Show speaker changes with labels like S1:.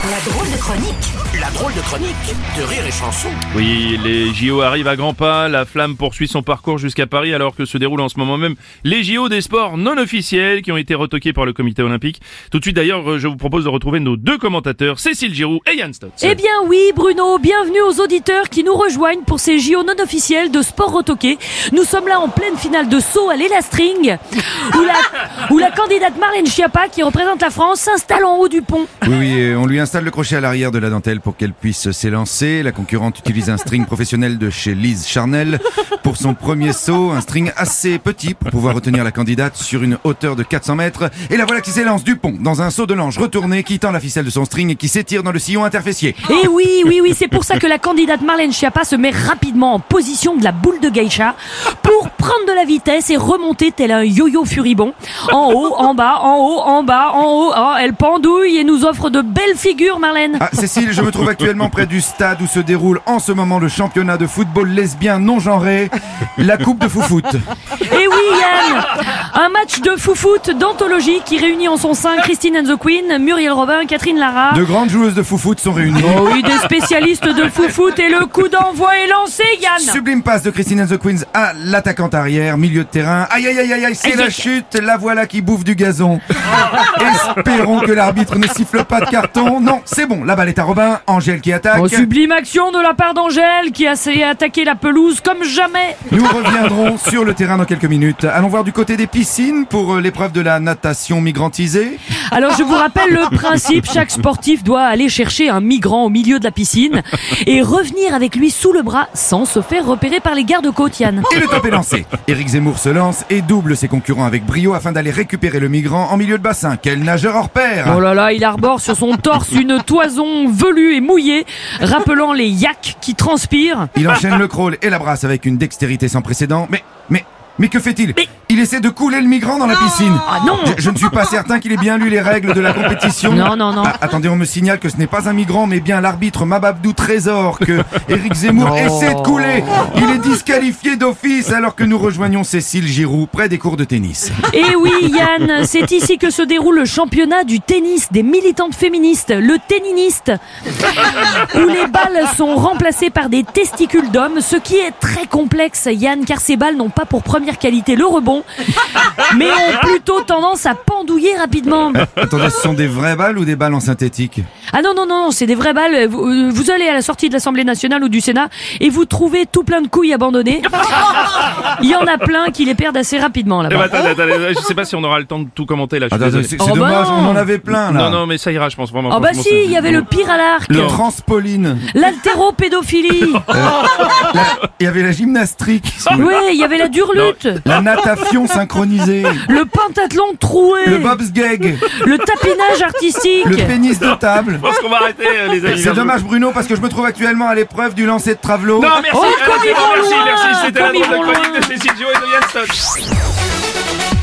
S1: La drôle de chronique.
S2: La drôle de chronique de Rire et Chanson.
S3: Oui, les JO arrivent à grands pas, la flamme poursuit son parcours jusqu'à Paris alors que se déroulent en ce moment même les JO des sports non officiels qui ont été retoqués par le comité olympique. Tout de suite d'ailleurs, euh, je vous propose de retrouver nos deux commentateurs, Cécile Giroud et Yann Stott.
S4: Eh bien oui, Bruno, bienvenue aux auditeurs qui nous rejoignent pour ces JO non officiels de sport rotoqué. Nous sommes là en pleine finale de saut à l'élastring, où la, où la candidate Marlène Schiappa, qui représente la France, s'installe en haut du pont.
S5: Oui, oui, euh, on lui installe le crochet à l'arrière de la dentelle pour qu'elle puisse s'élancer. La concurrente utilise un string professionnel de chez Lise Charnel pour son premier saut, un string assez petit pour pouvoir retenir la candidate sur une hauteur de 400 mètres. Et la voilà qui s'élance du pont dans un saut de l'ange retourné qui tend la ficelle de son string et qui s'étire dans le sillon interfessier.
S4: Et Eh oui, oui, oui, c'est pour ça que la candidate Marlène Schiappa se met rapidement en position de la boule de geisha pour prendre de la vitesse et remonter tel un yo-yo furibond. En haut, en bas, en haut, en bas, en haut. Oh, elle pendouille et nous offre de belles figures, Marlène.
S5: Ah, Cécile, je me trouve actuellement près du stade où se déroule en ce moment le championnat de football lesbien non genré, la Coupe de Foufoute.
S4: Et Eh oui, Yann Un match de foufoute d'anthologie qui réunit en son sein Christine and the Queen, Muriel Robin, Catherine Lara.
S5: De grandes joueuses de foot sont réunies.
S4: Oh oui, des spécialistes de foufoute et le coup d'envoi est lancé, Yann
S5: Sublime passe de Christine and the Queens à l'attaquante arrière, milieu de terrain. Aïe aïe aïe aïe, aïe c'est
S4: Aïe,
S5: la
S4: aïe.
S5: chute, la voilà qui bouffe du gazon. Espérons que l'arbitre ne siffle pas de carton. Non, c'est bon, la balle est à Robin, Angèle qui attaque.
S4: Oh, sublime action de la part d'Angèle qui a essayé attaquer la pelouse comme jamais.
S5: Nous reviendrons sur le terrain dans quelques minutes. Allons voir du côté des piscines pour euh, l'épreuve de la natation migrantisée.
S4: Alors je vous rappelle le principe, chaque sportif doit aller chercher un migrant au milieu de la piscine et revenir avec lui sous le bras sans se faire repérer par les gardes-côtes, Yann.
S5: Et le top est lancé. Éric Zemmour se lance et double ses concurrents avec brio afin d'aller récupérer le migrant en milieu de bassin. Quel nageur hors pair
S4: Oh là là, il arbore sur son torse une toison velue et mouillée, rappelant les yaks qui transpirent.
S5: Il enchaîne le crawl et la brasse avec une dextérité sans précédent. Mais, mais, mais que fait-il
S4: Mais-
S5: Il essaie de couler le migrant dans la piscine.
S4: Ah non
S5: Je, je ne suis pas certain qu'il ait bien lu les règles de la compétition.
S4: Non, non, non.
S5: Ah, attendez, on me signale que ce n'est pas un migrant, mais bien l'arbitre Mababdou Trésor que Éric Zemmour essaie de couler. Il est disqualifié d'office alors que nous rejoignons Cécile Giroud près des cours de tennis.
S4: Et Eh oui, Yann, c'est ici que se déroule le championnat du tennis des militantes féministes, le téniniste, où les balles sont remplacées par des testicules d'hommes, ce qui est très complexe, Yann, car ces balles n'ont pas pour première qualité le rebond, mais ont plutôt tendance à pendouiller rapidement.
S5: Attendez, ce sont des vraies balles ou des balles en synthétique
S4: Ah non, non, non, non, c'est des vraies balles. Vous, euh, vous allez à la sortie de l'Assemblée nationale ou du Sénat et vous trouvez tout plein de couilles abandonnées. Il y en a plein qui les perdent assez rapidement
S3: Eh ben,
S4: là-bas.
S3: attendez, attendez, je sais pas si on aura le temps de tout commenter là. je suis
S5: Attends,
S3: désolé.
S5: c'est c'est
S4: Oh bah
S5: dommage,
S4: non.
S5: on en avait plein là.
S3: non, non, mais ça ira, je pense vraiment.
S4: Oh bah
S3: franchement,
S4: si,
S3: ça-
S4: il y avait le pire à l'arc.
S5: Le transpoline.
S4: L'haltéropédophilie.
S5: La- Il y avait la gymnastique.
S3: Oh,
S4: Oui, il y avait la durlute.
S5: La natation synchronisée.
S4: Le pentathlon troué.
S5: Le bobsgag.
S4: le tapinage artistique.
S5: Le pénis de table.
S3: Je pense qu'on va arrêter, euh, les amis.
S5: C'est dommage Bruno parce que je me trouve actuellement à l'épreuve du lancer de travelot.
S3: Non, merci,
S4: Oh,
S3: allez,
S4: comme
S3: c'est
S4: ils
S3: bon,
S4: vont
S3: merci,
S4: loin,
S3: merci. C'était la
S4: comme ils
S3: drôle de
S4: vont
S3: chronique
S4: loin.
S3: de Cécile Giroud et de Yann Stott.